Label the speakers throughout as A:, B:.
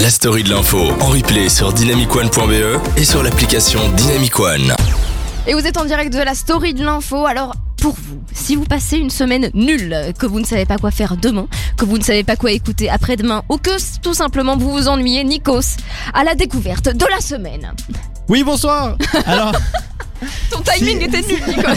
A: la story de l'info en replay sur dynamicone.be E et sur l'application Dynamicone.
B: Et vous êtes en direct de la story de l'info, alors pour vous, si vous passez une semaine nulle, que vous ne savez pas quoi faire demain, que vous ne savez pas quoi écouter après-demain, ou que tout simplement vous vous ennuyez, Nikos, à la découverte de la semaine.
C: Oui, bonsoir. Alors,
B: Ton timing
C: Si.
B: était nul, Nikos.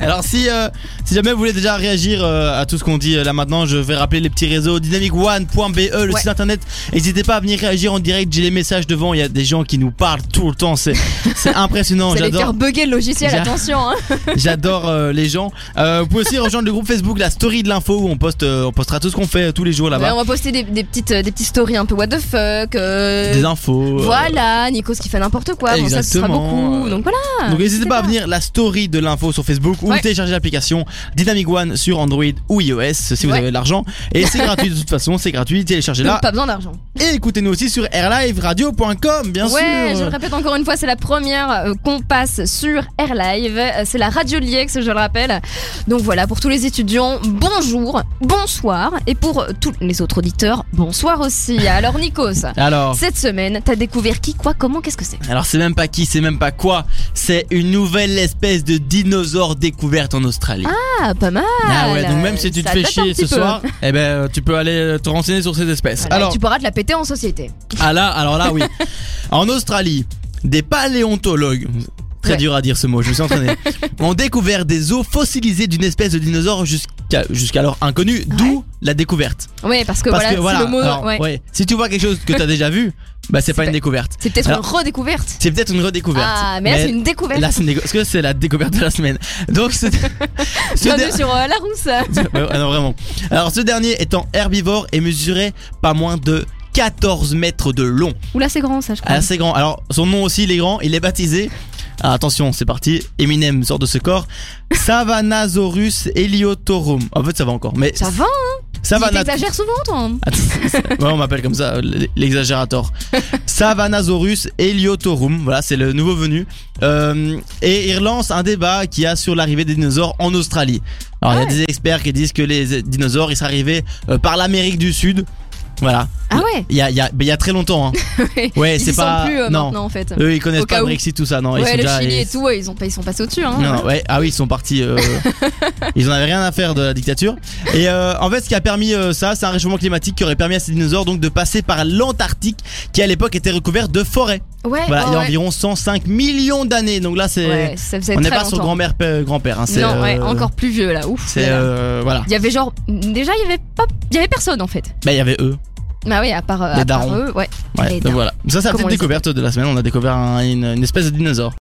C: alors si, euh, si jamais vous voulez déjà réagir euh, à tout ce qu'on dit euh, là maintenant, je vais rappeler les petits réseaux dynamicone.be, E, le
B: Ouais.
C: site internet. N'hésitez pas à venir réagir en direct. J'ai les messages devant. Il y a des gens qui nous parlent tout le temps. C'est c'est impressionnant.
B: Vous allez faire
C: J'adore.
B: bugger le logiciel,
C: J'ai-
B: attention. hein.
C: J'adore euh, les gens. Euh, vous pouvez aussi rejoindre le groupe Facebook La Story de l'info où on poste, euh, on postera tout ce qu'on fait euh, tous les jours
B: Ouais,
C: là-bas.
B: on va poster des, des petites, des petites stories un peu what the fuck. euh,
C: Des infos. euh,
B: Voilà, Nikos qui fait n'importe quoi. Bon, ça, ce sera
C: Exactement.
B: beaucoup. Donc voilà.
C: Donc n'hésitez
B: Ah, c'est
C: pas à
B: ça.
C: venir la story de l'info sur Facebook ou
B: Ouais.
C: télécharger l'application Dynamic One sur Android ou iOS si vous
B: Ouais.
C: avez de l'argent. Et c'est gratuit de toute façon, c'est gratuit, téléchargez-la.
B: Donc, pas besoin d'argent.
C: Et écoutez-nous aussi sur airliveradio.com bien
B: ouais, je
C: sûr.
B: le répète encore une fois, c'est la première euh, qu'on passe sur Air Live. Euh, C'est la radio Liex, je le rappelle. Donc voilà, pour tous les étudiants, bonjour, bonsoir. Et pour euh, tous les autres auditeurs, bonsoir aussi. Alors Nikos,
C: Alors,
B: cette semaine, t'as découvert qui, quoi, comment, qu'est-ce que c'est
C: alors c'est même pas qui, c'est même pas quoi, c'est une nouvelle espèce de dinosaure découverte en Australie.
B: Ah, pas mal.
C: Ah ouais, donc même si tu te
B: Ça
C: fais
B: date un
C: chier ce
B: petit peu.
C: soir, eh ben tu peux aller te renseigner sur ces espèces.
B: Voilà,
C: alors,
B: tu pourras te la péter en société.
C: Ah là, alors là, oui. en Australie, des paléontologues. Très
B: Ouais.
C: dur à dire ce mot, je me suis entraîné. ont découvert des os fossilisés d'une espèce de dinosaure jusqu'à jusqu'alors inconnue, d'où la découverte.
B: Ouais, parce Ah que voilà,
C: que
B: c'est le mot.
C: alors,
B: ouais.
C: ouais, si tu vois quelque chose que tu as déjà vu, bah c'est pas
B: pas-
C: une découverte.
B: C'est peut-être
C: Alors-
B: une redécouverte.
C: C'est peut-être une redécouverte.
B: Ah, mais là, c'est une découverte.
C: là, c'est une déco- parce que c'est la découverte de la semaine. Donc c'est ce
B: Bienvenue
C: der-
B: sur euh, la rousse.
C: Ouais, ouais, non, vraiment. Alors ce dernier étant herbivore et mesurait pas moins de 14 mètres de long.
B: Oula, c'est grand ça, je crois.
C: Ah. Assez grand. Alors, son nom aussi, il est grand. Il est baptisé. Ah, attention, c'est parti. Eminem sort de ce corps. Savanasaurus heliotorum. En fait, ça va encore. Mais
B: ça va, hein Tu
C: Savana-
B: t'exagères souvent, toi.
C: Attends, c'est- c'est- ouais, on m'appelle comme ça, l- l'exagérateur. Savanasaurus heliotorum. Voilà, c'est le nouveau venu. Euh, et il relance un débat qui a sur l'arrivée des dinosaures en Australie. Alors, il
B: Ouais.
C: y a des experts qui disent que les dinosaures, ils sont arrivés euh, par l'Amérique du Sud. Voilà.
B: Ah ouais
C: Il y a, il y a- mais il y a très longtemps. hein. Ouais,
B: Ils
C: c'est
B: y
C: pas-
B: sont plus euh,
C: non.
B: maintenant en fait.
C: Eux, ils connaissent
B: Au
C: pas
B: cas
C: le
B: où.
C: Brexit, tout ça. Non, ils
B: ouais,
C: sont
B: le
C: déjà-
B: Chili
C: ils-
B: et tout, ouais, ils, ont pas, ils sont passés au-dessus. Hein.
C: Non, ouais, ah oui, ils sont partis. euh, ils en avaient rien à faire de la dictature. Et euh, en fait, ce qui a permis euh, ça, c'est un réchauffement climatique qui aurait permis à ces dinosaures donc de passer par l'Antarctique, qui à l'époque était recouverte de forêts.
B: Ouais,
C: Voilà,
B: oh,
C: Bah, il y a
B: ouais.
C: environ 105 millions d'années. Donc là, c'est,
B: Ouais, ça faisait
C: on
B: très
C: n'est pas sur
B: longtemps.
C: grand-mère, pe- grand-père. hein, c'est,
B: Non, ouais,
C: euh,
B: encore plus vieux là, ouf.
C: C'est
B: là, là.
C: euh, voilà.
B: Il y avait genre. Déjà, il y avait pas. Il y avait personne en fait.
C: Bah, il y avait eux.
B: Bah oui, à part, euh,
C: Les
B: à part
C: darons.
B: eux, ouais.
C: Ouais,
B: Les
C: donc
B: darons.
C: voilà. Ça, c'est la
B: Comment ils
C: petite découverte de la semaine. On a découvert un- une, une espèce de dinosaure.